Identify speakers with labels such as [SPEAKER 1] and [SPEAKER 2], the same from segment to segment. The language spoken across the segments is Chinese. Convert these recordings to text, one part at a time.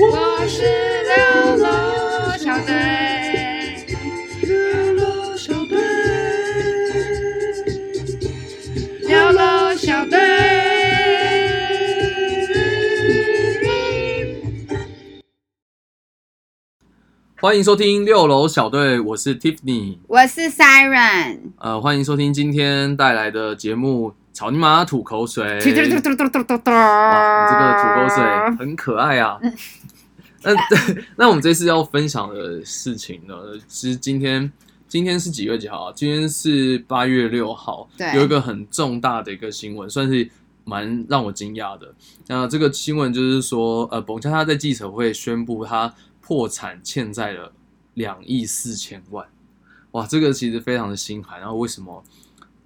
[SPEAKER 1] 我是流浪小队，流浪小队，流浪小队。
[SPEAKER 2] 欢迎收听六楼小队，我是 Tiffany。
[SPEAKER 3] 我是 Siren。
[SPEAKER 2] 呃，欢迎收听今天带来的节目《草泥马吐口水》。
[SPEAKER 3] 嘟嘟嘟嘟嘟嘟嘟嘟。
[SPEAKER 2] 哇，你这个吐口水很可爱啊。
[SPEAKER 3] 嗯
[SPEAKER 2] 那 那 我们这次要分享的事情呢，其实今天今天是几月几号啊？今天是八月六号，
[SPEAKER 3] 对
[SPEAKER 2] 有一个很重大的一个新闻，算是蛮让我惊讶的。那这个新闻就是说，呃，彭恰恰在记者会宣布他破产欠债了两亿四千万，哇，这个其实非常的心寒。然后为什么？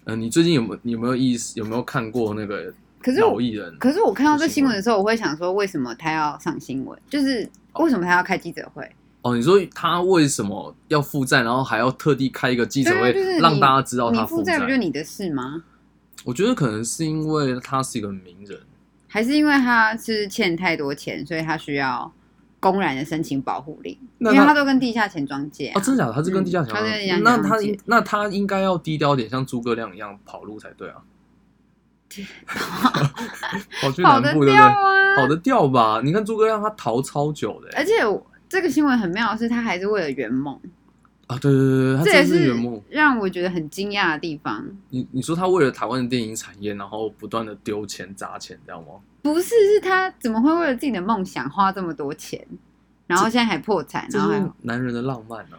[SPEAKER 2] 呃，你最近有没有你有没有意识有没有看过那个
[SPEAKER 3] 可是
[SPEAKER 2] 老
[SPEAKER 3] 我，
[SPEAKER 2] 艺人？
[SPEAKER 3] 可是我看到这新闻的时候，我会想说，为什么他要上新闻？就是为什么他要开记者会？
[SPEAKER 2] 哦，你说他为什么要负债，然后还要特地开一个记者
[SPEAKER 3] 对啊就是
[SPEAKER 2] 会
[SPEAKER 3] 你
[SPEAKER 2] 让大家知道
[SPEAKER 3] 你
[SPEAKER 2] 哦他
[SPEAKER 3] 负
[SPEAKER 2] 债
[SPEAKER 3] 债不就？你的事吗？
[SPEAKER 2] 我觉得可能是因为他是一个名人，
[SPEAKER 3] 还是因为他是欠太多钱，所以他需要公然的申请保护令？因
[SPEAKER 2] 那
[SPEAKER 3] 为
[SPEAKER 2] 他
[SPEAKER 3] 他都跟地下钱庄借啊、
[SPEAKER 2] 哦，真的假的？他是跟地下钱
[SPEAKER 3] 嗯他是跟地下
[SPEAKER 2] 庄，
[SPEAKER 3] 钱
[SPEAKER 2] 那
[SPEAKER 3] 庄
[SPEAKER 2] 他
[SPEAKER 3] 借
[SPEAKER 2] 应那他应该要低调一点，像诸葛亮一样跑路才对 啊。跑去
[SPEAKER 3] 跑
[SPEAKER 2] 南
[SPEAKER 3] 得
[SPEAKER 2] 部对不
[SPEAKER 3] 掉
[SPEAKER 2] 对？哦
[SPEAKER 3] 啊！哎
[SPEAKER 2] 跑得掉吧？你看诸葛亮他逃超久的欸
[SPEAKER 3] 而且我这个新闻很妙的是，他还是为了圆梦，
[SPEAKER 2] 啊！对对对对，他
[SPEAKER 3] 这
[SPEAKER 2] 真
[SPEAKER 3] 也
[SPEAKER 2] 的
[SPEAKER 3] 是
[SPEAKER 2] 圆梦。
[SPEAKER 3] 让我觉得很惊讶的地方。
[SPEAKER 2] 你你说他为了台湾的电影产业，然后不断的丢钱砸钱，这样吗？
[SPEAKER 3] 不是，是他怎么会为了自己的梦想花这么多钱，然后现在还破产，
[SPEAKER 2] 这
[SPEAKER 3] 然后
[SPEAKER 2] 是
[SPEAKER 3] 还
[SPEAKER 2] 男人的浪漫啊！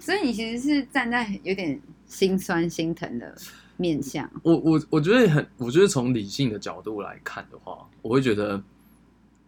[SPEAKER 3] 所以你其实是站在有点心酸心疼的面相。
[SPEAKER 2] 我我我觉得很，我觉得从理性的角度来看的话，我会觉得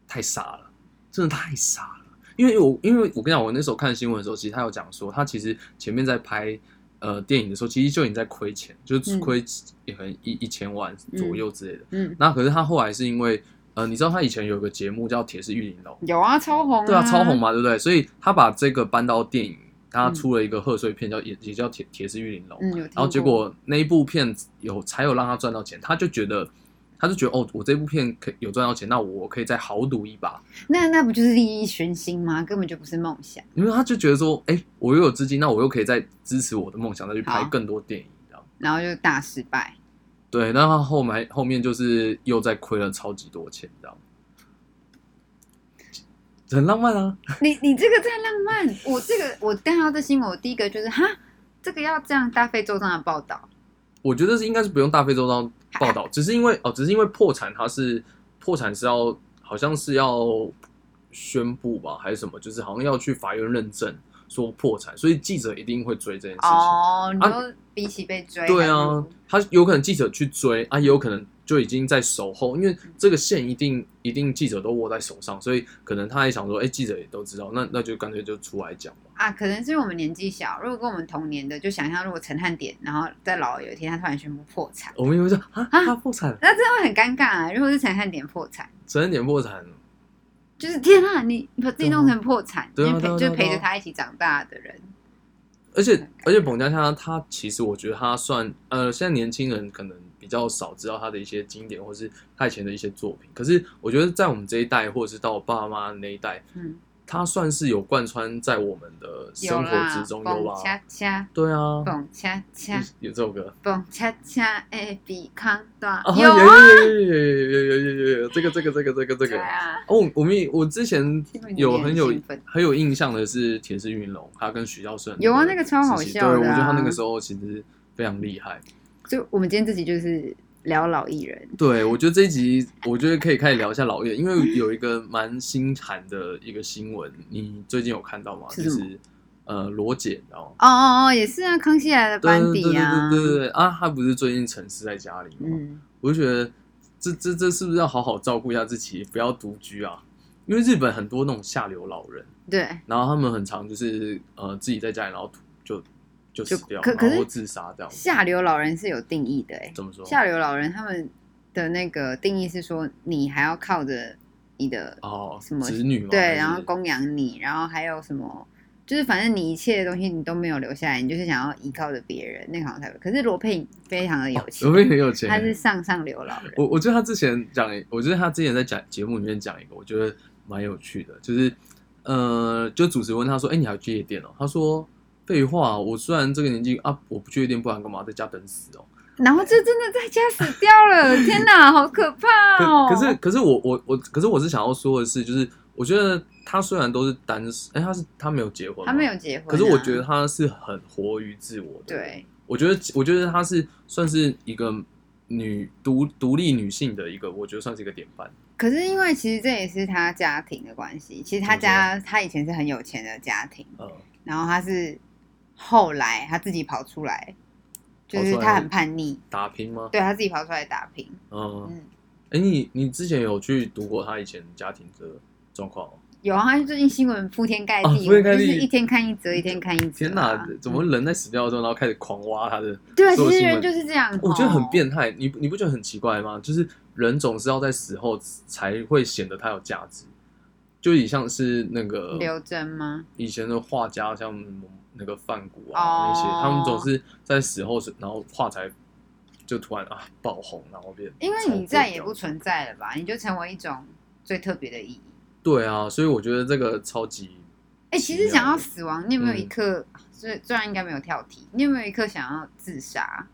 [SPEAKER 2] 太傻了，真的太傻了。因为我因为我跟你讲，我那时候看新闻的时候，其实他有讲说，他其实前面在拍呃电影的时候，其实就已经在亏钱，就是
[SPEAKER 3] 嗯
[SPEAKER 2] 亏也可能一一千万左右之类的。
[SPEAKER 3] 嗯，
[SPEAKER 2] 那可是他后来是因为呃，你知道他以前有个节目叫《铁是玉玲珑》，
[SPEAKER 3] 有啊，超红、
[SPEAKER 2] 对啊，超红
[SPEAKER 3] 嘛。
[SPEAKER 2] 嘛，对不对？所以他把这个搬到电影，他出了一个贺岁片叫也也叫《铁铁是玉玲珑》。
[SPEAKER 3] 嗯，有听
[SPEAKER 2] 然后结
[SPEAKER 3] 过
[SPEAKER 2] 果那一部片有才有让他赚到钱，他就觉得，他就觉得哦，我这部片可以有赚到钱，那我可以再豪赌一把，
[SPEAKER 3] 那那不就是利益熏心吗？根本就不是梦想。
[SPEAKER 2] 因为他就觉得说，哎，我又有资金，那我又可以再支持我的梦想，再去拍
[SPEAKER 3] 好
[SPEAKER 2] 更多电影这样。
[SPEAKER 3] 然后就大失败。
[SPEAKER 2] 对，那他后面后面就是又再亏了超级多钱，这样，很浪漫啊。
[SPEAKER 3] 你你这个太浪漫，我这个我看到这新闻，我第一个就是哈，这个要这样大费周章的报道，
[SPEAKER 2] 我觉得是应该是不用大费周章报道，只是因为哦，只是因为破产，它是破产是要好像是要宣布吧，还是什么，就是好像要去法院认证说破产，所以记者一定会追这件事情。
[SPEAKER 3] 哦，你
[SPEAKER 2] 啊
[SPEAKER 3] 说比起被追，
[SPEAKER 2] 对
[SPEAKER 3] 还
[SPEAKER 2] 啊
[SPEAKER 3] 不如，
[SPEAKER 2] 他有可能记者去追啊，也有可能就已经在守候，因为这个线一定一定记者都握在手上，所以可能他也想说，哎、记者也都知道，那那就干脆就出来讲吧。
[SPEAKER 3] 啊，可能是因为我们年纪小，如果跟我们同年的，就想象如果陈汉典，然后在老了有一天他突然宣布破产，
[SPEAKER 2] 我们也会说啊，他破产，
[SPEAKER 3] 那真的会很尴尬啊！如果是陈汉典破产，
[SPEAKER 2] 承认点破产，
[SPEAKER 3] 就是天啊，你把自己弄成破产，
[SPEAKER 2] 对啊
[SPEAKER 3] 就是陪
[SPEAKER 2] 对啊对啊
[SPEAKER 3] 就是陪着他一起长大的人，
[SPEAKER 2] 而且
[SPEAKER 3] 感
[SPEAKER 2] 而且彭佳佳她其实我觉得她算呃，现在年轻人可能比较少知道她的一些经典，或是她以前的一些作品。可是我觉得在我们这一代，或者是到我爸妈那一代，
[SPEAKER 3] 嗯，
[SPEAKER 2] 她算是有贯穿在我们的
[SPEAKER 3] 有
[SPEAKER 2] 生活
[SPEAKER 3] 啦
[SPEAKER 2] 之，中，有
[SPEAKER 3] 蹦
[SPEAKER 2] 吧？
[SPEAKER 3] 恰恰，
[SPEAKER 2] 对啊，
[SPEAKER 3] 蹦恰恰
[SPEAKER 2] 有，有这首歌
[SPEAKER 3] 蹦恰恰，哎，比康大
[SPEAKER 2] 啊，
[SPEAKER 3] 有
[SPEAKER 2] 有
[SPEAKER 3] 啊，
[SPEAKER 2] 有有有有有有有有这个这个这个这个这
[SPEAKER 3] 对
[SPEAKER 2] 个。
[SPEAKER 3] 啊，
[SPEAKER 2] 哦，我我们我之前
[SPEAKER 3] 听了你
[SPEAKER 2] 有
[SPEAKER 3] 也
[SPEAKER 2] 很有
[SPEAKER 3] 兴奋
[SPEAKER 2] 很有印象的是《铁丝云龙》，他跟许孝顺
[SPEAKER 3] 有啊那个超好
[SPEAKER 2] 时期
[SPEAKER 3] 笑
[SPEAKER 2] 对，
[SPEAKER 3] 的
[SPEAKER 2] 我觉得他那
[SPEAKER 3] 啊
[SPEAKER 2] 个时候其实非常厉害。
[SPEAKER 3] 就我们今天这集就是聊老艺人，
[SPEAKER 2] 对，我觉得这一集，我觉得可以开始聊一下老叶，因为有一个蛮心寒的一个新闻，你最近有看到吗？
[SPEAKER 3] 是
[SPEAKER 2] 就
[SPEAKER 3] 什么
[SPEAKER 2] 是呃，罗姐，然后
[SPEAKER 3] 哦哦哦，也是啊，康熙来的
[SPEAKER 2] 对
[SPEAKER 3] 班
[SPEAKER 2] 对
[SPEAKER 3] 底啊，
[SPEAKER 2] 对对对对啊，她不是最近沉思在家里吗？
[SPEAKER 3] 嗯。
[SPEAKER 2] 我就觉得这这这是不是要好好照顾一下自己，不要独居啊？因为日本很多那种下流老人，
[SPEAKER 3] 对，
[SPEAKER 2] 然后他们很常就是呃自己在家里，然后就就
[SPEAKER 3] 就
[SPEAKER 2] 死掉，
[SPEAKER 3] 可可
[SPEAKER 2] 然后
[SPEAKER 3] 是
[SPEAKER 2] 自杀掉，
[SPEAKER 3] 下流老人是有定义的、欸，
[SPEAKER 2] 怎么说？
[SPEAKER 3] 下流老人他们的那个定义是说，你还要靠着你的、
[SPEAKER 2] 哦，
[SPEAKER 3] 什么
[SPEAKER 2] 子女嘛，还
[SPEAKER 3] 对，
[SPEAKER 2] 是
[SPEAKER 3] 然后供养你，然后还有什么就是反正你一切的东西你都没有留下来，你就是想要依靠着别人，那个好像才会。可是罗佩非常的有钱，
[SPEAKER 2] 我们也哦很有钱，
[SPEAKER 3] 他是上上流老人，
[SPEAKER 2] 我我觉得他之前讲，我觉得他之前在讲节目里面讲一个，我觉得蛮有趣的，就是呃，就主持人问他说：“哎、你还去夜店哦？”他说：“废话，我虽然这个年纪啊，我不去夜店，不然干嘛在家等死哦？
[SPEAKER 3] 然后就真的在家死掉了，天哪，好可怕
[SPEAKER 2] 可、
[SPEAKER 3] 哦！
[SPEAKER 2] 可是可是我我我，可是我是想要说的是，就是我觉得他虽然都是单身，哎、他是他没有结婚吗，
[SPEAKER 3] 他没有结婚啊、
[SPEAKER 2] 可是我觉得他是很活于自我的，
[SPEAKER 3] 对，
[SPEAKER 2] 我觉得，我觉得她是算是一个女独独立女性的一个，我觉得算是一个典范。
[SPEAKER 3] 可是因为其实这也是他家庭的关系，其实他家他以前是很有钱的家庭，
[SPEAKER 2] 嗯，
[SPEAKER 3] 然后他是后来他自己跑出来，就是
[SPEAKER 2] 跑出来
[SPEAKER 3] 他很叛逆，
[SPEAKER 2] 打拼吗？
[SPEAKER 3] 对他自己跑出来打拼，
[SPEAKER 2] 嗯，
[SPEAKER 3] 嗯，
[SPEAKER 2] 哎、你你之前有去读过她以前家庭的状况哦？
[SPEAKER 3] 有啊，他最近新闻铺天盖地，
[SPEAKER 2] 啊
[SPEAKER 3] 我
[SPEAKER 2] 铺天盖地
[SPEAKER 3] 就是一天看一则，一天看一则、啊
[SPEAKER 2] 天
[SPEAKER 3] 哪、
[SPEAKER 2] 哪，怎么人在死掉之后，然后开始狂挖她的？
[SPEAKER 3] 对啊，
[SPEAKER 2] 所有
[SPEAKER 3] 其实
[SPEAKER 2] 新闻
[SPEAKER 3] 人就是这样，
[SPEAKER 2] 我觉得很
[SPEAKER 3] 哦。
[SPEAKER 2] 变态，你你不觉得很奇怪吗？就是人总是要在死后才会显得她有价值。就以像是那个
[SPEAKER 3] 刘真吗？
[SPEAKER 2] 以前的画家，像那个梵谷
[SPEAKER 3] 哦
[SPEAKER 2] 啊、那些，他们总是在死后是，然后画才就突然啊爆红，然后变。
[SPEAKER 3] 因为你再也不存在了吧，你就成为一种最特别的意义。
[SPEAKER 2] 对啊，所以我觉得这个超级
[SPEAKER 3] 哎、其实
[SPEAKER 2] 奇妙
[SPEAKER 3] 讲到死亡，你有没有一
[SPEAKER 2] 嗯
[SPEAKER 3] 刻？虽、虽然应该没有跳题，你有没有一刻想要自杀？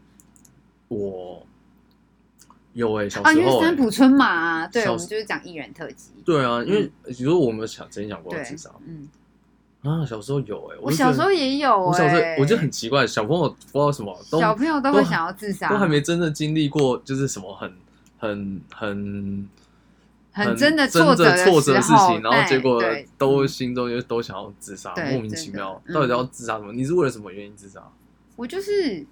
[SPEAKER 2] 我有哎、小
[SPEAKER 3] 啊，
[SPEAKER 2] 时
[SPEAKER 3] 因为
[SPEAKER 2] 候、欸
[SPEAKER 3] 三浦春马、啊，对
[SPEAKER 2] 小
[SPEAKER 3] 我们就是讲艺人特辑。
[SPEAKER 2] 对啊，因为其实我们想曾经想过要自杀
[SPEAKER 3] 嗯，
[SPEAKER 2] 啊，小时候有哎、
[SPEAKER 3] 我
[SPEAKER 2] 就觉
[SPEAKER 3] 小
[SPEAKER 2] 得
[SPEAKER 3] 时候也有、欸，
[SPEAKER 2] 我小时候我就很奇怪，小朋友不知道什么都
[SPEAKER 3] 小朋友都
[SPEAKER 2] 都
[SPEAKER 3] 会
[SPEAKER 2] 还
[SPEAKER 3] 想要自杀，
[SPEAKER 2] 都还没真正经历过，就是什么很很很
[SPEAKER 3] 很真的
[SPEAKER 2] 真
[SPEAKER 3] 挫折
[SPEAKER 2] 的挫折
[SPEAKER 3] 的
[SPEAKER 2] 的
[SPEAKER 3] 时
[SPEAKER 2] 事
[SPEAKER 3] 候哎
[SPEAKER 2] 情，然后结果
[SPEAKER 3] 对对
[SPEAKER 2] 都心中就都想要自杀，
[SPEAKER 3] 对
[SPEAKER 2] 莫名其妙，
[SPEAKER 3] 真的嗯
[SPEAKER 2] 到底要自杀什么？你是为了什么原因自杀？
[SPEAKER 3] 我就是。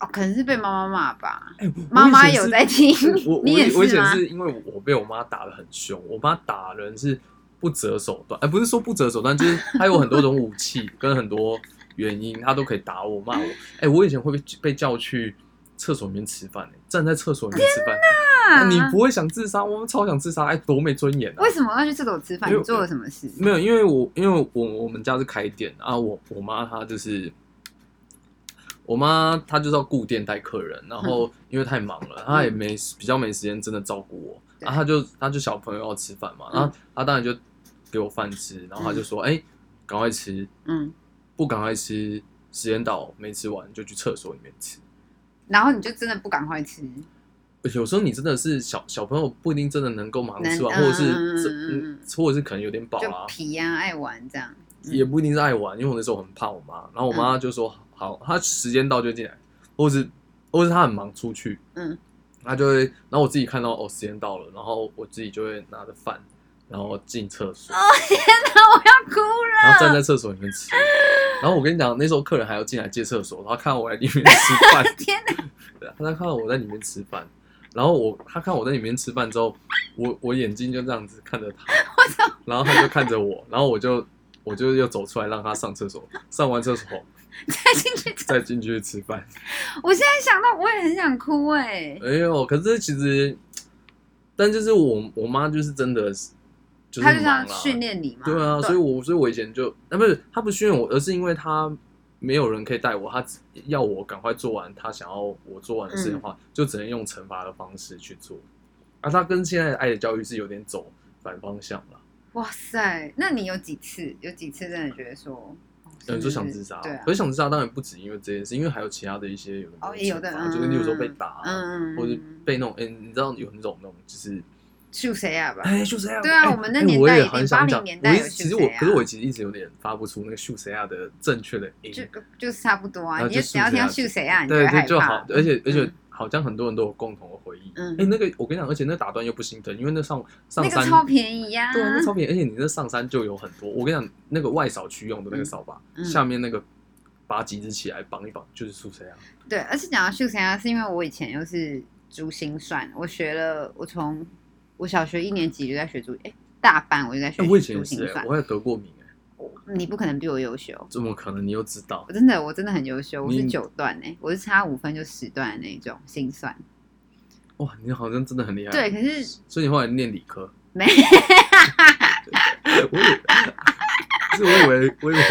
[SPEAKER 3] 哦，可能是被妈妈骂吧，
[SPEAKER 2] 哎，
[SPEAKER 3] 妈妈有在听
[SPEAKER 2] 我，我
[SPEAKER 3] 你
[SPEAKER 2] 以
[SPEAKER 3] 也
[SPEAKER 2] 我以
[SPEAKER 3] 是
[SPEAKER 2] 前
[SPEAKER 3] 吗？
[SPEAKER 2] 是因为我被我妈打的很凶，我妈打人是不择手段，哎，不是说不择手段，就是她有很多种武器跟很多原因，她都可以打我骂我。哎，我以前会被被叫去厕所里面吃饭，哎站在厕所里面吃饭，那你不会想自杀？我们超想自杀，哎，多没尊严啊！
[SPEAKER 3] 啊为什么要去厕所吃饭？
[SPEAKER 2] 因为
[SPEAKER 3] 你做了什么事？
[SPEAKER 2] 没有，因为我因为我我们家是开店啊，我我妈她就是，我妈她就是要顾店带客人，然
[SPEAKER 3] 嗯
[SPEAKER 2] 后因为太忙了，她也没比较没时间真的照顾我，啊
[SPEAKER 3] 对嗯
[SPEAKER 2] 然后她就她就小朋友要吃饭嘛，然后她当然就给我饭吃，然后她就说，哎、赶快吃，
[SPEAKER 3] 嗯，
[SPEAKER 2] 不赶快吃，时间到没吃完就去厕所里面吃。
[SPEAKER 3] 然后你就真的不赶快吃，
[SPEAKER 2] 有时候你真的是小小朋友不一定真的能够马上
[SPEAKER 3] 能
[SPEAKER 2] 吃完，或者是
[SPEAKER 3] 嗯嗯
[SPEAKER 2] 这、
[SPEAKER 3] 嗯嗯
[SPEAKER 2] 嗯或者是可能有点饱
[SPEAKER 3] 就
[SPEAKER 2] 啦、
[SPEAKER 3] 皮呀、爱玩这样。嗯
[SPEAKER 2] 也不一定是爱玩，因为我那时候很怕我妈，然后我妈就说、好，她时间到就进来，或是或是她很忙出去，
[SPEAKER 3] 嗯，
[SPEAKER 2] 她就会，然后我自己看到哦时间到了，然后我自己就会拿着饭，然后进厕所，
[SPEAKER 3] 那我要哭了。
[SPEAKER 2] 然后站在厕所里面吃， 然后我跟你讲，那时候客人还要进来借厕所，然后看到我在里面吃饭，
[SPEAKER 3] 天哪！
[SPEAKER 2] 对啊他看到我在里面吃饭，然后我他看我在里面吃饭之后，我我眼睛就这样子看着 他，然后他就看着我，然后我就我就又走出来让他上厕所，上完厕所
[SPEAKER 3] 再进去吃，
[SPEAKER 2] 再进去吃饭。
[SPEAKER 3] 我现在想到我也很想哭哎、
[SPEAKER 2] 哎呦，可是其实，但就是我我妈就是真的是，就是
[SPEAKER 3] 他就是
[SPEAKER 2] 忙
[SPEAKER 3] 要
[SPEAKER 2] 啦
[SPEAKER 3] 训练你嘛。
[SPEAKER 2] 对啊，所以我所以我以前就，啊不是他不训练我，而是因为他没有人可以带我，他只要我赶快做完他想要我做完的
[SPEAKER 3] 嗯
[SPEAKER 2] 事情的话，就只能用惩罚的方式去做。啊，他跟现在的爱的教育是有点走反方向了。
[SPEAKER 3] 哇塞，那你有几次有几次真的觉得说，哦
[SPEAKER 2] 有人说呃想自杀，
[SPEAKER 3] 对啊
[SPEAKER 2] 可，是想自杀当然不止因为这件事，因为还有其他的一些有的
[SPEAKER 3] 哦
[SPEAKER 2] 没
[SPEAKER 3] 也有的
[SPEAKER 2] 惩罚就是你有时候被
[SPEAKER 3] 嗯
[SPEAKER 2] 打啊，
[SPEAKER 3] 嗯，
[SPEAKER 2] 或者被那种，哎、你知道有那种那种就是，
[SPEAKER 3] 秀谁啊吧？
[SPEAKER 2] 哎、秀谁啊？
[SPEAKER 3] 对啊
[SPEAKER 2] 哎
[SPEAKER 3] 我们那
[SPEAKER 2] 哎
[SPEAKER 3] 年
[SPEAKER 2] 我
[SPEAKER 3] 代
[SPEAKER 2] 也
[SPEAKER 3] 一定
[SPEAKER 2] 很想
[SPEAKER 3] 80
[SPEAKER 2] 讲
[SPEAKER 3] 年
[SPEAKER 2] 我
[SPEAKER 3] 代
[SPEAKER 2] 一
[SPEAKER 3] 有
[SPEAKER 2] 直
[SPEAKER 3] 秀
[SPEAKER 2] 其实
[SPEAKER 3] 谁
[SPEAKER 2] 我，可是
[SPEAKER 3] 啊
[SPEAKER 2] 我其实一直有点发不出那个秀谁啊的正确的音，
[SPEAKER 3] 就就是差不多啊，
[SPEAKER 2] 然后
[SPEAKER 3] 你就
[SPEAKER 2] 就
[SPEAKER 3] 只要听到秀
[SPEAKER 2] 秀
[SPEAKER 3] 谁啊，你
[SPEAKER 2] 对
[SPEAKER 3] 会害
[SPEAKER 2] 对
[SPEAKER 3] 怕。
[SPEAKER 2] 就好，而且而且
[SPEAKER 3] 嗯
[SPEAKER 2] 好像很多人都有共同的回忆。
[SPEAKER 3] 嗯
[SPEAKER 2] 哎、那个我跟你讲，而且那个打断又不心疼，因为那上上
[SPEAKER 3] 那
[SPEAKER 2] 山
[SPEAKER 3] 个超便宜呀、
[SPEAKER 2] 对啊，那超便宜，而且你那上山就有很多。我跟你讲，那个外扫区用的那个扫把，
[SPEAKER 3] 嗯嗯
[SPEAKER 2] 下面那个拔几只起来绑一绑，就是树谁啊？
[SPEAKER 3] 对，而且讲到秀谁啊，是因为我以前又是珠心算，我学了，我从我小学一年级就在学珠，哎、大班我就在学
[SPEAKER 2] 哎、我以前
[SPEAKER 3] 珠
[SPEAKER 2] 也
[SPEAKER 3] 心
[SPEAKER 2] 是、
[SPEAKER 3] 算
[SPEAKER 2] 哎，。我也得过敏、哎，
[SPEAKER 3] 你不可能比我优秀，
[SPEAKER 2] 怎么可能？你又知道
[SPEAKER 3] 我？真的，我真的很优秀，我是
[SPEAKER 2] 你
[SPEAKER 3] 九段哎、我是差五分就十段的那一种心算。
[SPEAKER 2] 哇，你好像真的很厉害。
[SPEAKER 3] 对，，可是
[SPEAKER 2] 所以你后来念理科。
[SPEAKER 3] 没
[SPEAKER 2] 我以为是我以为，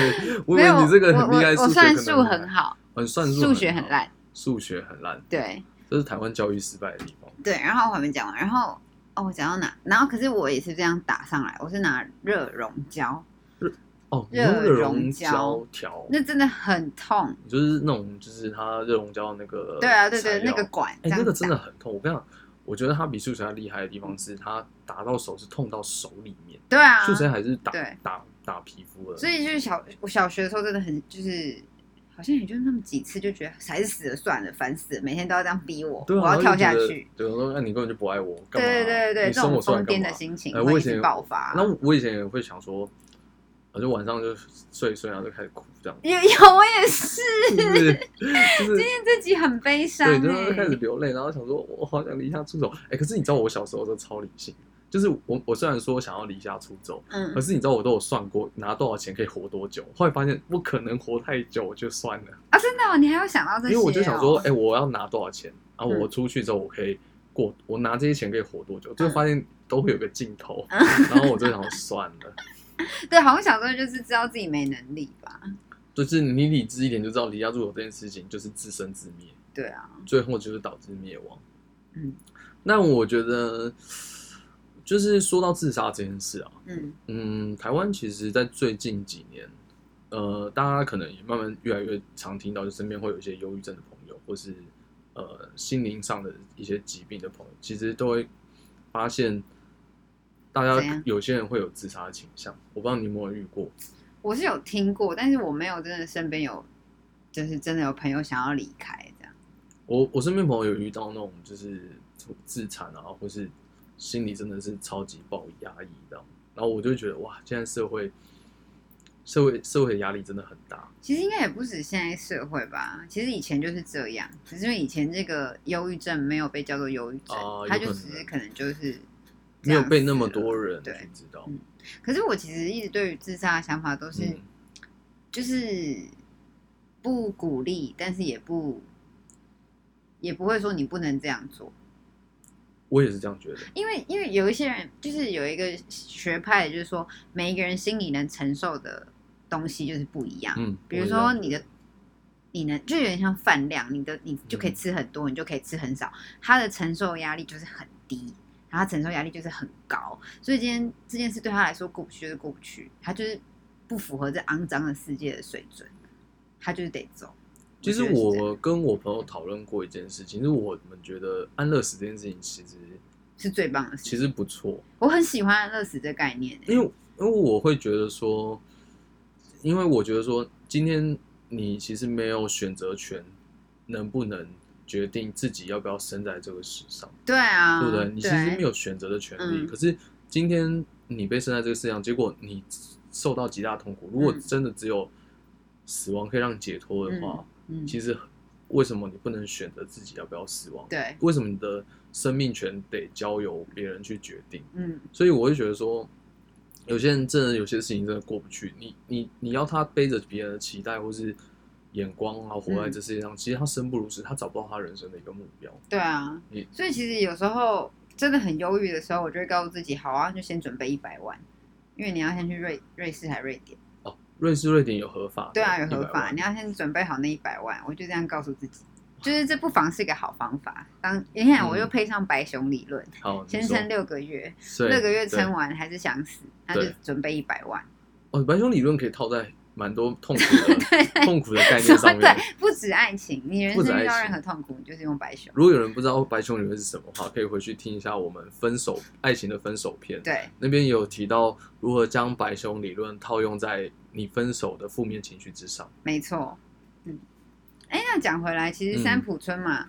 [SPEAKER 2] 我以为，我以为你这个很厉害，
[SPEAKER 3] 我我我算
[SPEAKER 2] 数
[SPEAKER 3] 数很，好，
[SPEAKER 2] 很哦算数，
[SPEAKER 3] 数学很，烂，
[SPEAKER 2] 数学很烂，，
[SPEAKER 3] 对
[SPEAKER 2] 这是台湾教育失败的地方。
[SPEAKER 3] 对。然后我还没讲完，然后哦，我讲到哪？然后可是我也是这样打上来，我是拿热熔胶，
[SPEAKER 2] 哦，你
[SPEAKER 3] 热
[SPEAKER 2] 用热熔
[SPEAKER 3] 熔
[SPEAKER 2] 胶条，
[SPEAKER 3] 那真的很痛。
[SPEAKER 2] 就是那种，就是它热熔胶那个，
[SPEAKER 3] 对啊，对对，那个管，
[SPEAKER 2] 哎、
[SPEAKER 3] 这样
[SPEAKER 2] 那
[SPEAKER 3] 打
[SPEAKER 2] 个真的很痛。我跟你讲，我觉得它比数学还厉害的地方是，它打到手是痛到手里面，
[SPEAKER 3] 对啊，
[SPEAKER 2] 数学还是打
[SPEAKER 3] 对
[SPEAKER 2] 打打皮肤了。
[SPEAKER 3] 所以就是小我小学的时候真的很就是。好像也就那么几次，就觉得还是死了算了，烦死了！每天都要这样逼我，
[SPEAKER 2] 对啊，
[SPEAKER 3] 我要跳下
[SPEAKER 2] 然后就觉
[SPEAKER 3] 去
[SPEAKER 2] 得。。对，我说那哎你根本就不爱我，干嘛？
[SPEAKER 3] 对对对对，
[SPEAKER 2] 你
[SPEAKER 3] 这
[SPEAKER 2] 生
[SPEAKER 3] 种
[SPEAKER 2] 我出来
[SPEAKER 3] 疯
[SPEAKER 2] 干
[SPEAKER 3] 癫
[SPEAKER 2] 嘛
[SPEAKER 3] 的？心情
[SPEAKER 2] 哎我以
[SPEAKER 3] 会一
[SPEAKER 2] 前
[SPEAKER 3] 直
[SPEAKER 2] 有
[SPEAKER 3] 爆发。。
[SPEAKER 2] 那我以前也会想说，我就晚上就睡一睡，然后就开始哭这样
[SPEAKER 3] 有有，我也 是。
[SPEAKER 2] 就是就是
[SPEAKER 3] 今天这集很悲伤、
[SPEAKER 2] 对，
[SPEAKER 3] 欸，
[SPEAKER 2] 就是开始流泪，然后想说，我好想离家出走。哎、可是你知道我小时候都超理性，就是我我虽然说想要离家出走，
[SPEAKER 3] 嗯
[SPEAKER 2] 可，是你知道我都有算过拿多少钱可以活多久，后来发现不可能活太久，我就算了，
[SPEAKER 3] 啊，真的、哦，你还要想到这
[SPEAKER 2] 因
[SPEAKER 3] 些、哦？
[SPEAKER 2] 为我就想说，哎、，我要拿多少钱，啊，
[SPEAKER 3] 嗯
[SPEAKER 2] 我出去之后我可以过，我拿这些钱可以活多久，就
[SPEAKER 3] 嗯
[SPEAKER 2] 发现都会有个尽头， 然后我就想说算了，
[SPEAKER 3] 对，好像小时候就是知道自己没能力吧？
[SPEAKER 2] 就是你理智一点就知道离家出走这件事情就是自生自灭，
[SPEAKER 3] 对啊，
[SPEAKER 2] 最后就是导致灭亡。
[SPEAKER 3] 嗯
[SPEAKER 2] 那我觉得，就是说到自杀这件事啊，
[SPEAKER 3] 嗯，
[SPEAKER 2] 嗯，台湾其实，在最近几年，呃，大家可能也慢慢越来越常听到，就身边会有一些忧郁症的朋友，或是呃心灵上的一些疾病的朋友，其实都会发现，大
[SPEAKER 3] 怎
[SPEAKER 2] 家
[SPEAKER 3] 样
[SPEAKER 2] 有些人会有自杀的倾向。我不知道你有没有遇过，
[SPEAKER 3] 我是有听过，但是我没有真的身边有，就是真的有朋友想要离开这样。
[SPEAKER 2] 我我身边朋友有遇到那种就是自残啊，或是心里真的是超级爆压抑这样，然后我就觉得哇，现在社会社会社会的压力真的很大，
[SPEAKER 3] 其实应该也不止现在社会吧，其实以前就是这样，只是因为以前这个忧郁症没有被叫做忧郁症，
[SPEAKER 2] 哦
[SPEAKER 3] 它
[SPEAKER 2] 有
[SPEAKER 3] 就
[SPEAKER 2] 可
[SPEAKER 3] 只
[SPEAKER 2] 能
[SPEAKER 3] 是可能就是这
[SPEAKER 2] 没有
[SPEAKER 3] 样
[SPEAKER 2] 被
[SPEAKER 3] 子
[SPEAKER 2] 那么
[SPEAKER 3] 了
[SPEAKER 2] 多人
[SPEAKER 3] 对
[SPEAKER 2] 去知道。
[SPEAKER 3] 嗯可是我其实一直对于自杀的想法都是，
[SPEAKER 2] 嗯
[SPEAKER 3] 就是不鼓励，但是也不也不会说你不能这样做，
[SPEAKER 2] 我也是这样觉得。
[SPEAKER 3] 因为因为有一些人就是有一个学派，就是说每一个人心里能承受的东西就是不一样。
[SPEAKER 2] 嗯，
[SPEAKER 3] 比如
[SPEAKER 2] 我也这样
[SPEAKER 3] 说你的，你能就有点像饭量，你的你就可以
[SPEAKER 2] 嗯
[SPEAKER 3] 吃很多，你就可以吃很少，他的承受压力就是很低，然后他承受压力就是很高，所以今天这件事对他来说过不去就是过不去，他就是不符合这肮脏的世界的水准，他就是得走。
[SPEAKER 2] 其实
[SPEAKER 3] 觉得是这样
[SPEAKER 2] 我跟我朋友讨论过一件事情，就是我们觉得安乐死这件事情其实
[SPEAKER 3] 是最棒的事，
[SPEAKER 2] 其实不错，
[SPEAKER 3] 我很喜欢乐死这概念、欸，
[SPEAKER 2] 因为因为我会觉得说，因为我觉得说，今天你其实没有选择权，能不能决定自己要不要生在这个世上，
[SPEAKER 3] 对啊，
[SPEAKER 2] 对不对？你其实没
[SPEAKER 3] 有
[SPEAKER 2] 有选择的权利，
[SPEAKER 3] 嗯
[SPEAKER 2] 可是今天你被生在这个世上，结果你受到极大痛苦。如果
[SPEAKER 3] 嗯
[SPEAKER 2] 真的只有死亡可以让你解脱的话，
[SPEAKER 3] 嗯，
[SPEAKER 2] 其实为什么你不能选择自己要不要死亡？
[SPEAKER 3] 对，
[SPEAKER 2] 为什么你的生命权得交由别人去决定？
[SPEAKER 3] 嗯
[SPEAKER 2] 所以我会觉得说，有些人真的有些事情真的过不去，你你你要他背着别人的期待或是眼光啊，活
[SPEAKER 3] 嗯
[SPEAKER 2] 在这世界上，其实他生不如死，他找不到他人生的一个目标。
[SPEAKER 3] 对啊
[SPEAKER 2] 你，
[SPEAKER 3] 所以其实有时候真的很忧郁的时候，我就会告诉自己，好啊，就先准备一百万，因为你要先去瑞瑞士还瑞典，
[SPEAKER 2] 哦，瑞士、瑞典有合法的，
[SPEAKER 3] 对啊，有合法，
[SPEAKER 2] 100万
[SPEAKER 3] 你要先准备好那一百万，我就这样告诉自己，就是这不妨是个好方法。当你看，
[SPEAKER 2] 嗯
[SPEAKER 3] 我又配上白熊理论，
[SPEAKER 2] 好，你
[SPEAKER 3] 先
[SPEAKER 2] 说
[SPEAKER 3] 撑六个月，
[SPEAKER 2] 对
[SPEAKER 3] 六个月
[SPEAKER 2] 对
[SPEAKER 3] 撑完还是想死，那就
[SPEAKER 2] 对
[SPEAKER 3] 准备一百万，
[SPEAKER 2] 哦，白熊理论可以套在蛮多痛苦 的痛苦的概
[SPEAKER 3] 什
[SPEAKER 2] 念
[SPEAKER 3] 么
[SPEAKER 2] 上面。
[SPEAKER 3] 对，不止爱情，你人
[SPEAKER 2] 不止
[SPEAKER 3] 生遇
[SPEAKER 2] 爱
[SPEAKER 3] 到
[SPEAKER 2] 情
[SPEAKER 3] 任何痛苦，你就是用白熊，
[SPEAKER 2] 如果有人不知道白熊理论是什么的话，可以回去听一下我们分手爱情的分手篇，
[SPEAKER 3] 对，
[SPEAKER 2] 那边也有提到如何将白熊理论套用在你分手的负面情绪之上。
[SPEAKER 3] 没错，嗯，哎，那讲回来，其实
[SPEAKER 2] 嗯
[SPEAKER 3] 三浦春马，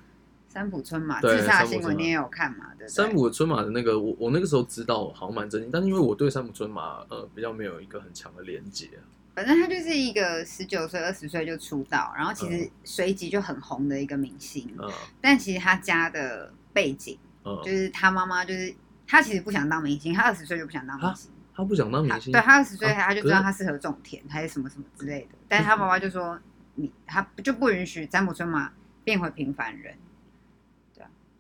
[SPEAKER 3] 三浦春马
[SPEAKER 2] 对
[SPEAKER 3] 自杀
[SPEAKER 2] 三浦
[SPEAKER 3] 新
[SPEAKER 2] 春
[SPEAKER 3] 闻
[SPEAKER 2] 马
[SPEAKER 3] 你也有看嘛？对不对？
[SPEAKER 2] 山姆村马的那个，我我那个时候知道好像蛮震惊，但是因为我对山姆村马呃比较没有一个很强的连接，
[SPEAKER 3] 反正他就是一个十九岁、二十岁就出道，然后其实
[SPEAKER 2] 嗯
[SPEAKER 3] 随即就很红的一个明星。
[SPEAKER 2] 呃
[SPEAKER 3] 但其实他家的背景
[SPEAKER 2] 呃
[SPEAKER 3] 就，是他妈妈，就是他其实不想当明星，他二十岁就不想当明星。
[SPEAKER 2] 他不想当
[SPEAKER 3] 他
[SPEAKER 2] 明星，
[SPEAKER 3] 对他二十岁，
[SPEAKER 2] 啊
[SPEAKER 3] 他就
[SPEAKER 2] 可
[SPEAKER 3] 知
[SPEAKER 2] 是嗯
[SPEAKER 3] 道他适合种田还是什么什么之类的，但是他妈妈就说你他就不允许詹姆斯马变回平凡人。
[SPEAKER 2] 嗯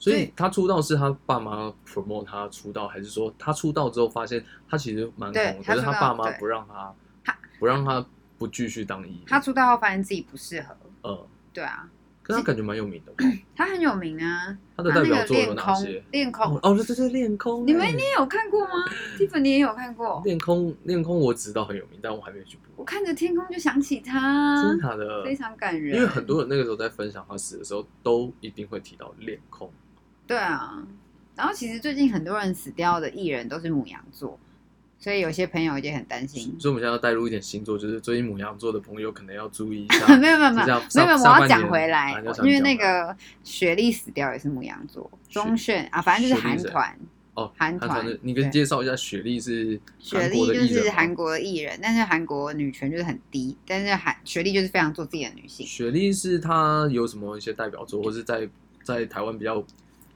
[SPEAKER 2] 所
[SPEAKER 3] 所
[SPEAKER 2] 以
[SPEAKER 3] 以
[SPEAKER 2] 他出道是他爸妈 promote 他出道，还是说他出道之后发现他其实蛮
[SPEAKER 3] 对
[SPEAKER 2] 红，
[SPEAKER 3] 他
[SPEAKER 2] 可是
[SPEAKER 3] 出道
[SPEAKER 2] 他爸妈
[SPEAKER 3] 对
[SPEAKER 2] 不让他不让他不继续当艺人。
[SPEAKER 3] 他出道后发现自己不适合，
[SPEAKER 2] 呃，
[SPEAKER 3] 对啊，
[SPEAKER 2] 可是他感觉蛮有名的 吧。
[SPEAKER 3] 他很有名啊，
[SPEAKER 2] 他的
[SPEAKER 3] 拿
[SPEAKER 2] 代
[SPEAKER 3] 那
[SPEAKER 2] 表
[SPEAKER 3] 个
[SPEAKER 2] 作有
[SPEAKER 3] 恋
[SPEAKER 2] 哪
[SPEAKER 3] 空
[SPEAKER 2] 些？，
[SPEAKER 3] 恋空
[SPEAKER 2] 哦，哦，对对对，恋空。
[SPEAKER 3] 你们
[SPEAKER 2] 哎
[SPEAKER 3] 你也有看过吗？Tiffany 也有看过，
[SPEAKER 2] 恋空恋空，我知道很有名，但我还没有去
[SPEAKER 3] 我
[SPEAKER 2] 播。
[SPEAKER 3] 看着天空就想起他，
[SPEAKER 2] 真的假的？
[SPEAKER 3] 嗯非常感人。
[SPEAKER 2] 因为很多人那个时候在分享他死的时候，都一定会提到恋空。
[SPEAKER 3] 对啊，然后其实最近很多人死掉的艺人都是母羊座，所以有些朋友也很担心。。
[SPEAKER 2] 所以我们现在要带入一点星座，就是最近母羊座的朋友可能要注意一下
[SPEAKER 3] 没有没有没有
[SPEAKER 2] 就
[SPEAKER 3] 没
[SPEAKER 2] 像
[SPEAKER 3] 有，
[SPEAKER 2] 上
[SPEAKER 3] 没有我
[SPEAKER 2] 上半
[SPEAKER 3] 要
[SPEAKER 2] 年
[SPEAKER 3] 讲回来
[SPEAKER 2] 啊你要，讲
[SPEAKER 3] 因为
[SPEAKER 2] 讲
[SPEAKER 3] 那
[SPEAKER 2] 回来
[SPEAKER 3] 个雪莉死掉也是母羊座，
[SPEAKER 2] 雪
[SPEAKER 3] 钟铉啊，反正就是
[SPEAKER 2] 雪莉
[SPEAKER 3] 韩
[SPEAKER 2] 是谁
[SPEAKER 3] 团，
[SPEAKER 2] 哦，
[SPEAKER 3] 韩
[SPEAKER 2] 团的
[SPEAKER 3] 团，
[SPEAKER 2] 你可以
[SPEAKER 3] 对
[SPEAKER 2] 介绍一下雪莉是
[SPEAKER 3] 雪
[SPEAKER 2] 韩
[SPEAKER 3] 莉
[SPEAKER 2] 国的
[SPEAKER 3] 就
[SPEAKER 2] 艺人
[SPEAKER 3] 是
[SPEAKER 2] 吗
[SPEAKER 3] 韩国的艺人，但是韩国女权就是很低，但是韩雪莉就是非常做自己的女性。
[SPEAKER 2] 雪莉是她有什么一些代表作，或是在在台湾比较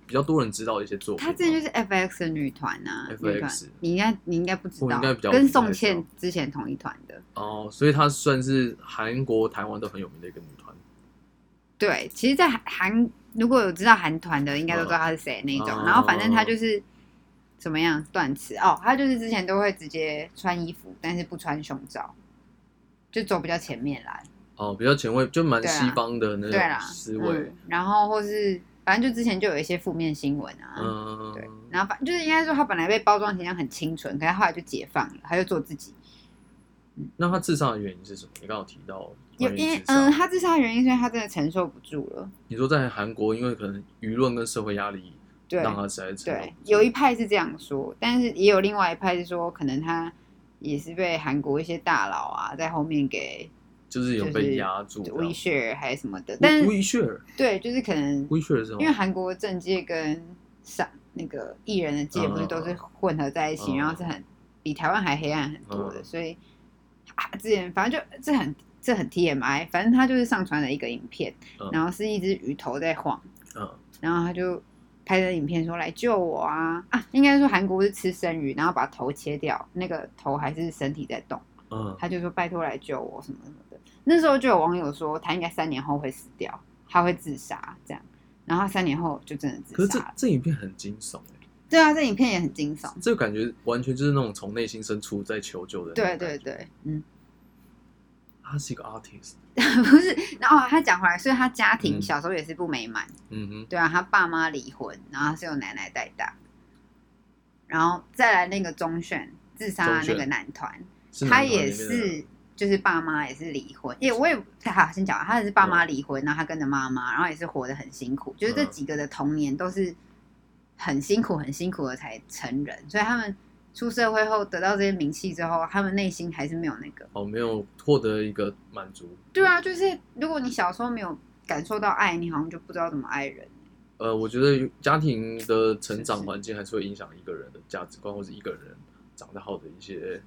[SPEAKER 2] 比较多人知道的一些作品吗？
[SPEAKER 3] 她之前就是 FX 的女团呐、啊，女团
[SPEAKER 2] FX，
[SPEAKER 3] 你应该你应该不知
[SPEAKER 2] 我
[SPEAKER 3] 道
[SPEAKER 2] 应该比较，
[SPEAKER 3] 跟
[SPEAKER 2] 不太
[SPEAKER 3] 宋
[SPEAKER 2] 知
[SPEAKER 3] 茜
[SPEAKER 2] 道
[SPEAKER 3] 之前同一团的。
[SPEAKER 2] 哦，所以她算是韩国、台湾都很有名的一个女团。
[SPEAKER 3] 对，其实，在韩韩如果有知道韩团的，应该都知
[SPEAKER 2] 嗯
[SPEAKER 3] 道他是谁那一种。
[SPEAKER 2] 哦
[SPEAKER 3] 然后反正他就是怎么样断词哦，他就是之前都会直接穿衣服，但是不穿胸罩，就走比较前面来。
[SPEAKER 2] 哦，比较前卫，就蛮
[SPEAKER 3] 对啊
[SPEAKER 2] 西方的那
[SPEAKER 3] 对啦
[SPEAKER 2] 种，思维
[SPEAKER 3] 嗯。，然后或是反正就之前就有一些负面新闻啊。
[SPEAKER 2] 嗯，
[SPEAKER 3] 对，然后反就是应该说，他本来被包装形象很清纯，可是他后来就解放了，他就做自己。
[SPEAKER 2] 那她自杀的原因是什么？你刚好提到
[SPEAKER 3] 有
[SPEAKER 2] 关于
[SPEAKER 3] 因为
[SPEAKER 2] 自杀
[SPEAKER 3] 嗯，他自杀的原因，是因为他真的承受不住了。
[SPEAKER 2] 你说在韩国，因为可能舆论跟社会压力
[SPEAKER 3] 对，
[SPEAKER 2] 让她实在是承受
[SPEAKER 3] 对
[SPEAKER 2] 不，住
[SPEAKER 3] 有一派是这样说，但是也有另外一派是说，可能他也是被韩国一些大佬啊在后面给
[SPEAKER 2] 就是有
[SPEAKER 3] 就是
[SPEAKER 2] 被压住这样。
[SPEAKER 3] 威 share 还是什么的，但是
[SPEAKER 2] 威威血尔，
[SPEAKER 3] 对，就是可能
[SPEAKER 2] 威血尔是什么
[SPEAKER 3] 因为韩国政界跟上那个艺人的界不是都是混合在一起，
[SPEAKER 2] 嗯嗯嗯
[SPEAKER 3] 然后是很比台湾还黑暗很多的，
[SPEAKER 2] 嗯
[SPEAKER 3] 所以、啊、之前反正就这很这很 TMI，反正他就是上传了一个影片，
[SPEAKER 2] 嗯
[SPEAKER 3] 然后是一只鱼头在晃。
[SPEAKER 2] 嗯，
[SPEAKER 3] 然后他就拍的影片说来救我啊啊！应该说韩国是吃生鱼，然后把头切掉，那个头还是身体在动，
[SPEAKER 2] 嗯，
[SPEAKER 3] 他就说拜托来救我什么什么的。那时候就有网友说他应该三年后会死掉，他会自杀这样，然后他三年后就真的
[SPEAKER 2] 可
[SPEAKER 3] 自杀
[SPEAKER 2] 是这
[SPEAKER 3] 了。
[SPEAKER 2] 这影片很惊悚欸
[SPEAKER 3] 对啊，这影片也很惊悚。
[SPEAKER 2] 这个感觉完全就是那种从内心深处在求救的。
[SPEAKER 3] 对对，对，嗯，
[SPEAKER 2] 他是一个 artist，
[SPEAKER 3] 不是。然后他讲回来，所以他家庭
[SPEAKER 2] 嗯
[SPEAKER 3] 小时候也是不美满，
[SPEAKER 2] 嗯哼，
[SPEAKER 3] 对啊，他爸妈离婚，然后他是由奶奶带大，然后再来那个钟铉自杀的那个
[SPEAKER 2] 钟铉
[SPEAKER 3] 男团，
[SPEAKER 2] 是
[SPEAKER 3] 他
[SPEAKER 2] 男团
[SPEAKER 3] 也
[SPEAKER 2] 里面的人
[SPEAKER 3] 是，就是爸妈也是离婚，也我也 好先讲完，啊他也是爸妈离婚，然后他跟着妈妈，然后也是活得很辛苦，就是这
[SPEAKER 2] 嗯
[SPEAKER 3] 几个的童年都是很辛苦、很辛苦的才成人，所以他们出社会后得到这些名气之后，他们内心还是没有那个。
[SPEAKER 2] 哦，没有获得一个满足。
[SPEAKER 3] 对啊，就是如果你小时候没有感受到爱，你好像就不知道怎么爱人。
[SPEAKER 2] 呃，我觉得家庭的成
[SPEAKER 3] 是
[SPEAKER 2] 长
[SPEAKER 3] 是
[SPEAKER 2] 环境还是会影响一个人的价值观，或是一个人长大后的一些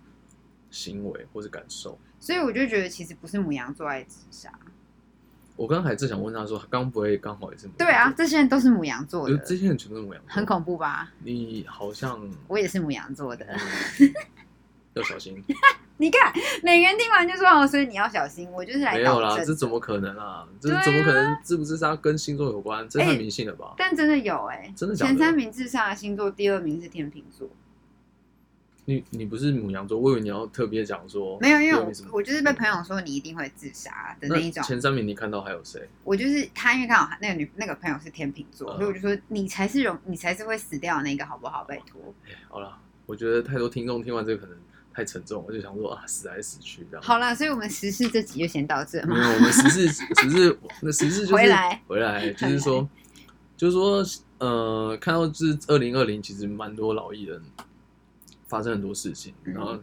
[SPEAKER 2] 行为或是感受。
[SPEAKER 3] 所以我就觉得，其实不是母羊座爱自杀，
[SPEAKER 2] 我刚才正想问他说，他刚不会刚好也是母羊座
[SPEAKER 3] 对呃啊，，这些人都是母羊座
[SPEAKER 2] 有
[SPEAKER 3] 的，
[SPEAKER 2] 这些人全都是母羊座，
[SPEAKER 3] 很恐怖吧？
[SPEAKER 2] 你好像
[SPEAKER 3] 我也是母羊座 的。
[SPEAKER 2] 嗯要小 心。
[SPEAKER 3] 你看，每个人听完就说哦，所以你要小心，我就是来
[SPEAKER 2] 没
[SPEAKER 3] 导
[SPEAKER 2] 有啦，
[SPEAKER 3] 正
[SPEAKER 2] 这
[SPEAKER 3] 的
[SPEAKER 2] 怎么？可能啊？这
[SPEAKER 3] 对啊
[SPEAKER 2] 怎么可能自不自杀跟星座有关？这太
[SPEAKER 3] 哎
[SPEAKER 2] 迷信了吧？
[SPEAKER 3] 但真的有哎、
[SPEAKER 2] 真的假的
[SPEAKER 3] 前三名自杀的星座，第二名是天秤座。
[SPEAKER 2] 你你不是母羊座，我以为你要特别讲说
[SPEAKER 3] 没有，因为
[SPEAKER 2] 有
[SPEAKER 3] 我
[SPEAKER 2] 什么嗯
[SPEAKER 3] 我就是被朋友说你一定会自杀的那一种。
[SPEAKER 2] 前三名你看到还有谁？
[SPEAKER 3] 我就是他，因为刚好那个女那个朋友是天秤座，
[SPEAKER 2] 嗯
[SPEAKER 3] 所以我就说你才是容你才是会死掉的那个，好不好？拜托，
[SPEAKER 2] 好啦，我觉得太多听众听完这个可能太沉重，我就想说啊，死来死去这样。
[SPEAKER 3] 好啦，所以我们实事这集就先到这
[SPEAKER 2] 没
[SPEAKER 3] 嘛。
[SPEAKER 2] 有，我们实事实事那实事就是
[SPEAKER 3] 回来
[SPEAKER 2] 回来，就是说就是说呃，看到这二零二零其实蛮多老艺人发生很多事情，
[SPEAKER 3] 嗯
[SPEAKER 2] 然后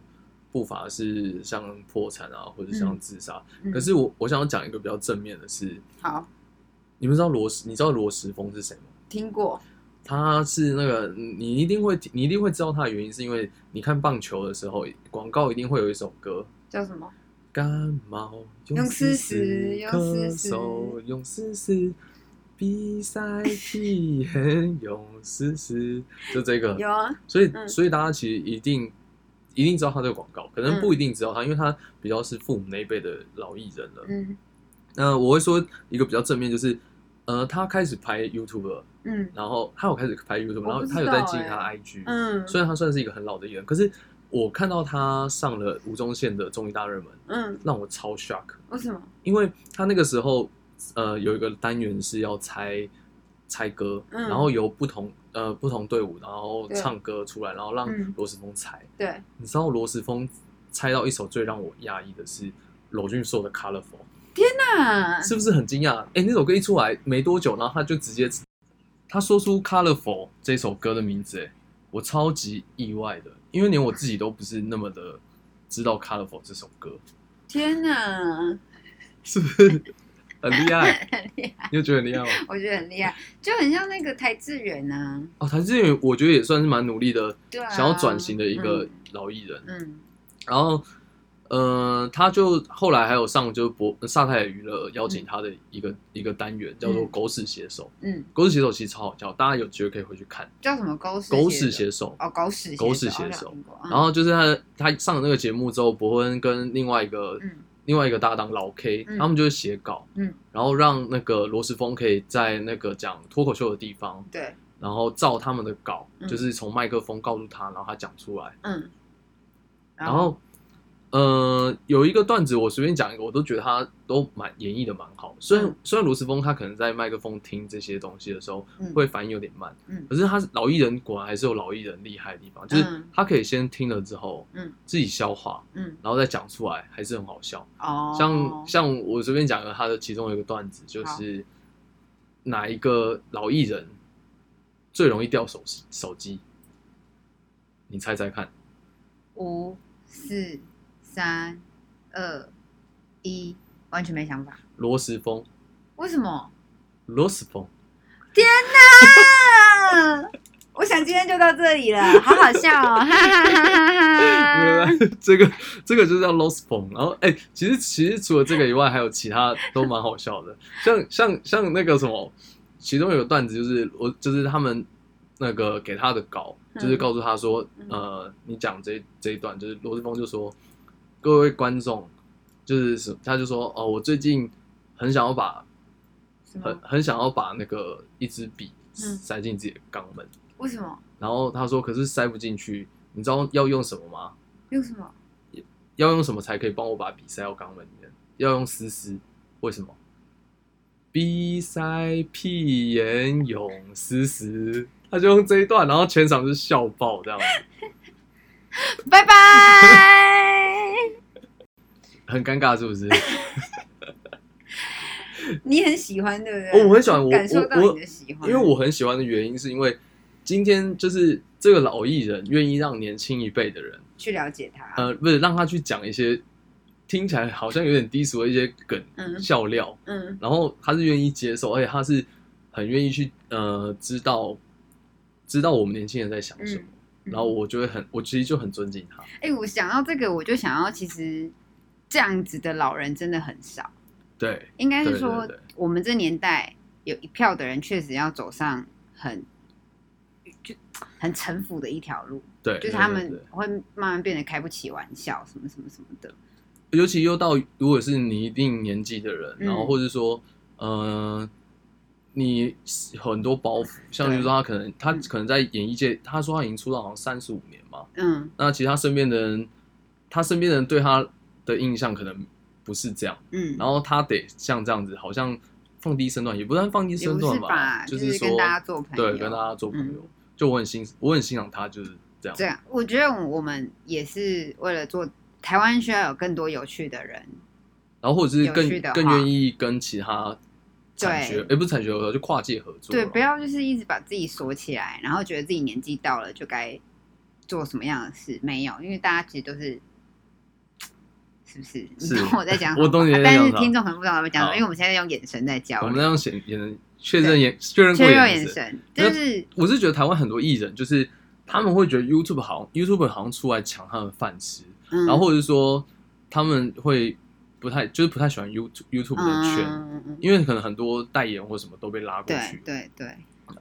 [SPEAKER 2] 不乏是像破产啊，或者像自杀。
[SPEAKER 3] 嗯
[SPEAKER 2] 可是我我想要讲一个比较正面的是，
[SPEAKER 3] 好，
[SPEAKER 2] 你们知道罗斯，你知道罗时峰是谁吗？
[SPEAKER 3] 听过，
[SPEAKER 2] 他是那个你一定会你一定会知道他的原因，是因为你看棒球的时候，广告一定会有一首歌。
[SPEAKER 3] 叫什么？
[SPEAKER 2] 感冒
[SPEAKER 3] 用
[SPEAKER 2] 丝
[SPEAKER 3] 丝丝用丝
[SPEAKER 2] 咳
[SPEAKER 3] 丝
[SPEAKER 2] 嗽用丝丝，比赛体验用丝丝， 就这个。
[SPEAKER 3] 有啊，
[SPEAKER 2] 所以，
[SPEAKER 3] 嗯
[SPEAKER 2] 所以大家其实一定一定知道他这个广告，可能
[SPEAKER 3] 嗯
[SPEAKER 2] 不一定知道他，因为他比较是父母那一辈的老艺人了。
[SPEAKER 3] 嗯
[SPEAKER 2] 那我会说一个比较正面，就是呃，他开始拍 YouTube 了，
[SPEAKER 3] 嗯
[SPEAKER 2] 然后他有开始拍 YouTube，然
[SPEAKER 3] 我
[SPEAKER 2] 后
[SPEAKER 3] 不知
[SPEAKER 2] 他有在
[SPEAKER 3] 道
[SPEAKER 2] 经营
[SPEAKER 3] 欸
[SPEAKER 2] 他 IG，、
[SPEAKER 3] 嗯，
[SPEAKER 2] 虽然他算是一个很老的艺人，可是我看到他上了吴宗宪的综艺大热门，
[SPEAKER 3] 嗯，
[SPEAKER 2] 让我超 shock，
[SPEAKER 3] 为什么？
[SPEAKER 2] 因为他那个时候呃有一个单元是要猜猜歌，
[SPEAKER 3] 嗯
[SPEAKER 2] 然后由不同呃不同队伍然后
[SPEAKER 3] 对
[SPEAKER 2] 唱歌出来，然后让
[SPEAKER 3] 嗯
[SPEAKER 2] 罗时丰猜。
[SPEAKER 3] 对，
[SPEAKER 2] 你知道罗时丰猜到一首最让我讶异的是娄俊硕的《Colorful》，
[SPEAKER 3] 那
[SPEAKER 2] 是不是很惊讶？哎、那首歌一出来没多久，然后他就直接他说出《Colorful》这首歌的名字，哎，我超级意外的，因为连我自己都不是那么的知道《Colorful》这首歌，
[SPEAKER 3] 天哪，
[SPEAKER 2] 是不是 很厉害？
[SPEAKER 3] 很厉害，
[SPEAKER 2] 你有觉得很厉害吗？
[SPEAKER 3] 我觉得很厉害，就很像那个台志远啊，
[SPEAKER 2] 哦，谭志远，我觉得也算是蛮努力的，
[SPEAKER 3] 对啊，
[SPEAKER 2] 想要转型的一个
[SPEAKER 3] 嗯
[SPEAKER 2] 老艺人。
[SPEAKER 3] 嗯
[SPEAKER 2] 然后，呃，他就后来还有上就是博萨泰尔娱乐邀请他的一个、一个单元叫做
[SPEAKER 3] 嗯
[SPEAKER 2] 《狗屎写手》，
[SPEAKER 3] 嗯，
[SPEAKER 2] 狗屎写手其实超好笑，大家有机会可以回去看。
[SPEAKER 3] 叫什么狗屎
[SPEAKER 2] 狗屎
[SPEAKER 3] 写
[SPEAKER 2] 写
[SPEAKER 3] 手
[SPEAKER 2] 手，
[SPEAKER 3] 哦，狗屎
[SPEAKER 2] 狗屎
[SPEAKER 3] 写
[SPEAKER 2] 写
[SPEAKER 3] 手好像
[SPEAKER 2] 手，
[SPEAKER 3] 有听过嗯
[SPEAKER 2] 然后就是他他上了那个节目之后，伯恩跟另外一个、
[SPEAKER 3] 嗯
[SPEAKER 2] 另外一个搭档老 K，、
[SPEAKER 3] 嗯
[SPEAKER 2] 他们就是写稿，
[SPEAKER 3] 嗯，
[SPEAKER 2] 然后让那个罗时丰可以在那个讲脱口秀的地方，
[SPEAKER 3] 对，
[SPEAKER 2] 然后照他们的稿，
[SPEAKER 3] 嗯
[SPEAKER 2] 就是从麦克风告诉他，然后他讲出来。
[SPEAKER 3] 嗯，
[SPEAKER 2] 然后，呃，有一个段子，我随便讲一个，我都觉得他都蛮演绎的蛮好。虽然、
[SPEAKER 3] 嗯
[SPEAKER 2] 虽然罗斯峰他可能在麦克风听这些东西的时候，
[SPEAKER 3] 嗯
[SPEAKER 2] 会反应有点慢，
[SPEAKER 3] 嗯
[SPEAKER 2] 可是他老艺人果然还是有老艺人厉害的地方，就是
[SPEAKER 3] 嗯
[SPEAKER 2] 他可以先听了之后，
[SPEAKER 3] 嗯
[SPEAKER 2] 自己消化，
[SPEAKER 3] 嗯
[SPEAKER 2] 然后再讲出来，还是很好笑。
[SPEAKER 3] 哦，
[SPEAKER 2] 像像我随便讲个他的其中有一个段子，就
[SPEAKER 3] 好
[SPEAKER 2] 是哪一个老艺人最容易掉手手机？你猜猜看。
[SPEAKER 3] 五四三二一，完全没想法，
[SPEAKER 2] 罗时丰，
[SPEAKER 3] 为什么？
[SPEAKER 2] 罗时丰，
[SPEAKER 3] 啊 我想今天就到这里了，好好笑哦，哈 哈哈哈哈哈！
[SPEAKER 2] 这个这个就叫 Lost Phone。然后哎、其实其实除了这个以外，还有其他都蛮好笑的，像像像那个什么，其中有个段子就是我就是他们那个给他的稿，就是告诉他说，
[SPEAKER 3] 嗯
[SPEAKER 2] 呃，你讲这这一段，就是罗志峰就说，各位观众，就是什他就说哦，我最近很想要把
[SPEAKER 3] 什
[SPEAKER 2] 很
[SPEAKER 3] 么？
[SPEAKER 2] 很想要把那个一支笔
[SPEAKER 3] 嗯
[SPEAKER 2] 塞进自己的肛门，
[SPEAKER 3] 为什么？
[SPEAKER 2] 然后他说可是塞不进去，你知道要用什么吗？
[SPEAKER 3] 用什么？
[SPEAKER 2] 要用什么才可以帮我把比塞到肛门里面？要用丝丝，为什么？鼻塞屁眼涌丝丝，他就用这一段，然后全场是笑爆这样子，
[SPEAKER 3] 拜拜。
[SPEAKER 2] 很尴尬是不是？
[SPEAKER 3] 你很喜欢，对不对？
[SPEAKER 2] 哦我很喜欢我
[SPEAKER 3] 感受到
[SPEAKER 2] 我我
[SPEAKER 3] 你的喜欢，
[SPEAKER 2] 因为我很喜欢的原因是因为今天就是这个老艺人愿意让年轻一辈的人，
[SPEAKER 3] 去了解他。
[SPEAKER 2] 呃，不是让他去讲一些听起来好像有点低俗的一些梗
[SPEAKER 3] 嗯
[SPEAKER 2] 笑料，
[SPEAKER 3] 嗯
[SPEAKER 2] 然后他是愿意接受，而且他是很愿意去呃知道知道我们年轻人在想什么，
[SPEAKER 3] 嗯，嗯
[SPEAKER 2] 然后我就会很我其实就很尊敬他，
[SPEAKER 3] 哎、我想到这个，我就想要，其实这样子的老人真的很少，
[SPEAKER 2] 对
[SPEAKER 3] 应该是说
[SPEAKER 2] 对对对
[SPEAKER 3] 我们这年代有一票的人确实要走上很就很城府的一条路，
[SPEAKER 2] 对，
[SPEAKER 3] 就是
[SPEAKER 2] 对
[SPEAKER 3] 他
[SPEAKER 2] 对
[SPEAKER 3] 们
[SPEAKER 2] 对
[SPEAKER 3] 会慢慢变得开不起玩笑，什么什么什么的。
[SPEAKER 2] 尤其又到如果是你一定年纪的人，
[SPEAKER 3] 嗯
[SPEAKER 2] 然后或者说呃你很多包袱，像比如说他可能他
[SPEAKER 3] 嗯
[SPEAKER 2] 可能在演艺界，他说他已经出道好像三十五年嘛，
[SPEAKER 3] 嗯
[SPEAKER 2] 那其实他身边的人，他身边的人对他的印象可能不是这样。
[SPEAKER 3] 嗯，
[SPEAKER 2] 然后他得像这样子，好像放低身段，也不算放低
[SPEAKER 3] 也
[SPEAKER 2] 身
[SPEAKER 3] 不
[SPEAKER 2] 段
[SPEAKER 3] 是吧，
[SPEAKER 2] 就是说
[SPEAKER 3] 跟大家做朋友，
[SPEAKER 2] 对，跟大家做朋友。
[SPEAKER 3] 嗯
[SPEAKER 2] 就我很欣，我很欣赏他就是这样。
[SPEAKER 3] 这样，啊我觉得我们也是为了做台湾，需要有更多有趣的人。
[SPEAKER 2] 然后或者是
[SPEAKER 3] 有
[SPEAKER 2] 更
[SPEAKER 3] 趣的话
[SPEAKER 2] 更愿意跟其他产学，也不是产学合作，就跨界合作。
[SPEAKER 3] 对，不。要就是一直把自己锁起来，然后觉得自己年纪到了就该做什么样的事。没有，因为大家其实都是，是不是？
[SPEAKER 2] 是
[SPEAKER 3] 你懂我在讲什么
[SPEAKER 2] 我
[SPEAKER 3] 吧，
[SPEAKER 2] 懂你在
[SPEAKER 3] 但
[SPEAKER 2] 讲
[SPEAKER 3] 是
[SPEAKER 2] 啥
[SPEAKER 3] 听众可能不知道我在讲什么，
[SPEAKER 2] 好
[SPEAKER 3] 因为我们现在用眼神在交
[SPEAKER 2] 我们
[SPEAKER 3] 流，
[SPEAKER 2] 那样显也能确认眼确认过
[SPEAKER 3] 确认
[SPEAKER 2] 眼
[SPEAKER 3] 眼
[SPEAKER 2] 神。
[SPEAKER 3] 神，
[SPEAKER 2] 那
[SPEAKER 3] 就是
[SPEAKER 2] 我是觉得台湾很多艺人就是他们会觉得 YouTube 好像 YouTube 好像出来抢他们饭吃，
[SPEAKER 3] 嗯，
[SPEAKER 2] 然后或者是说他们会不太就是不太喜欢 YouTube YouTube 的圈。
[SPEAKER 3] 嗯嗯嗯嗯
[SPEAKER 2] 因为可能很多代言或什么都被拉过
[SPEAKER 3] 对
[SPEAKER 2] 去。
[SPEAKER 3] 对对，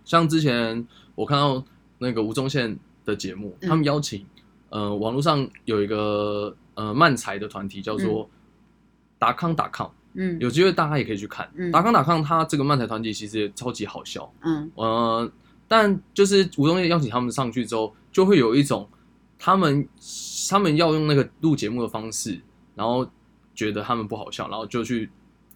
[SPEAKER 2] 像之前我看到那个吴宗宪的节目，
[SPEAKER 3] 嗯
[SPEAKER 2] 他们邀请呃网络上有一个呃漫才的团体叫做达康达康，
[SPEAKER 3] 嗯
[SPEAKER 2] 有机会大家也可以去看
[SPEAKER 3] 嗯。
[SPEAKER 2] 达康达康他这个漫才团体其实也超级好笑，
[SPEAKER 3] 嗯
[SPEAKER 2] 呃，但就是吴宗宪邀请他们上去之后，就会有一种他们他们要用那个录节目的方式，然后觉得他们不好笑，然后就去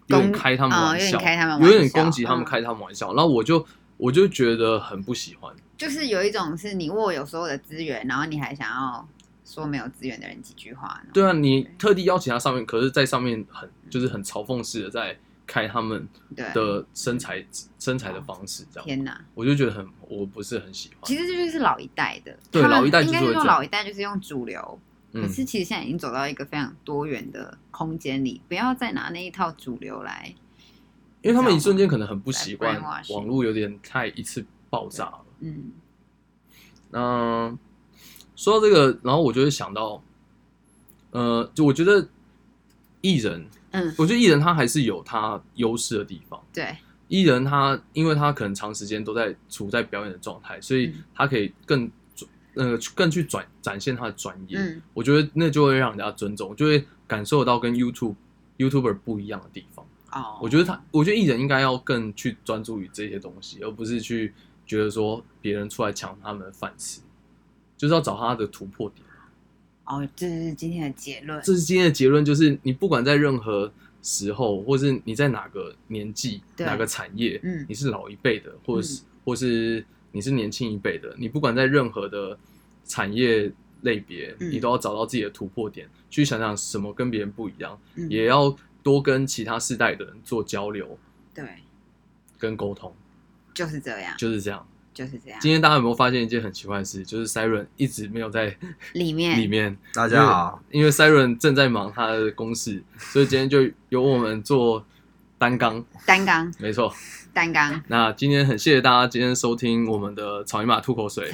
[SPEAKER 2] 有点
[SPEAKER 3] 攻
[SPEAKER 2] 开他们
[SPEAKER 3] 哦
[SPEAKER 2] 玩
[SPEAKER 3] 有点
[SPEAKER 2] 笑，
[SPEAKER 3] 开他们
[SPEAKER 2] 有
[SPEAKER 3] 玩
[SPEAKER 2] 点
[SPEAKER 3] 笑
[SPEAKER 2] 攻击他
[SPEAKER 3] 嗯
[SPEAKER 2] 们，开他们玩笑，然后我就我就觉得很不喜欢。
[SPEAKER 3] 就是有一种是你握有所有的资源，然后你还想要说没有资源的人几句话呢。
[SPEAKER 2] 对啊，你特地邀请他上面，可是，在上面很就是很嘲讽式的在开他们
[SPEAKER 3] 对，
[SPEAKER 2] 的哦身材身材的方式，这样
[SPEAKER 3] 天哪！
[SPEAKER 2] 我就觉得很我不是很喜欢。
[SPEAKER 3] 其实这就是老一代的，
[SPEAKER 2] 对
[SPEAKER 3] 他们
[SPEAKER 2] 老一代就
[SPEAKER 3] 应该
[SPEAKER 2] 是会
[SPEAKER 3] 是说
[SPEAKER 2] 这样
[SPEAKER 3] 老一代就是用主流，可
[SPEAKER 2] 嗯，
[SPEAKER 3] 是其实现在已经走到一个非常多元的空间里，不要再拿那一套主流来。
[SPEAKER 2] 因为他们一
[SPEAKER 3] 你知道
[SPEAKER 2] 瞬
[SPEAKER 3] 吗
[SPEAKER 2] 间可能很不习惯
[SPEAKER 3] brainwash
[SPEAKER 2] 网络，有点太一次爆炸了。
[SPEAKER 3] 嗯，
[SPEAKER 2] 嗯，说到这个，然后我就会想到，呃，就我觉得艺人，
[SPEAKER 3] 嗯，
[SPEAKER 2] 我觉得艺人他还是有他优势的地方。
[SPEAKER 3] 对，
[SPEAKER 2] 艺人他因为他可能长时间都在处在表演的状态，所以
[SPEAKER 3] 嗯
[SPEAKER 2] 他可以更呃更去转展现他的专业。
[SPEAKER 3] 嗯
[SPEAKER 2] 我觉得那就会让人家尊重，就会感受到跟 YouTube YouTuber 不一样的地方。
[SPEAKER 3] 哦，
[SPEAKER 2] 我觉得他，我觉得艺人应该要更去专注于这些东西，而不是去觉得说别人出来抢他们的饭吃，就是要找他的突破点。
[SPEAKER 3] 哦，这是今天的结论。
[SPEAKER 2] 这是今天的结论，就是你不管在任何时候，或是你在哪个年纪、
[SPEAKER 3] 对
[SPEAKER 2] 哪个产业，
[SPEAKER 3] 嗯
[SPEAKER 2] 你是老一辈的，或是、或是你是年轻一辈的，你不管在任何的产业类别，
[SPEAKER 3] 嗯
[SPEAKER 2] 你都要找到自己的突破点，去想想什么跟别人不一样，
[SPEAKER 3] 嗯，
[SPEAKER 2] 也要多跟其他世代的人做交流
[SPEAKER 3] 对，
[SPEAKER 2] 跟沟通，
[SPEAKER 3] 就是这样，
[SPEAKER 2] 就是这样。
[SPEAKER 3] 就是这样。
[SPEAKER 2] 今天大家有没有发现一件很奇怪的事？就是 Siren 一直没有在
[SPEAKER 3] 里面
[SPEAKER 2] 里面。
[SPEAKER 4] 大家好，
[SPEAKER 2] 因为 Siren 正在忙他的公事，所以今天就由我们做单纲，
[SPEAKER 3] 单缸
[SPEAKER 2] 没错。
[SPEAKER 3] 单缸，
[SPEAKER 2] 那今天很谢谢大家今天收听我们的草泥马吐口水，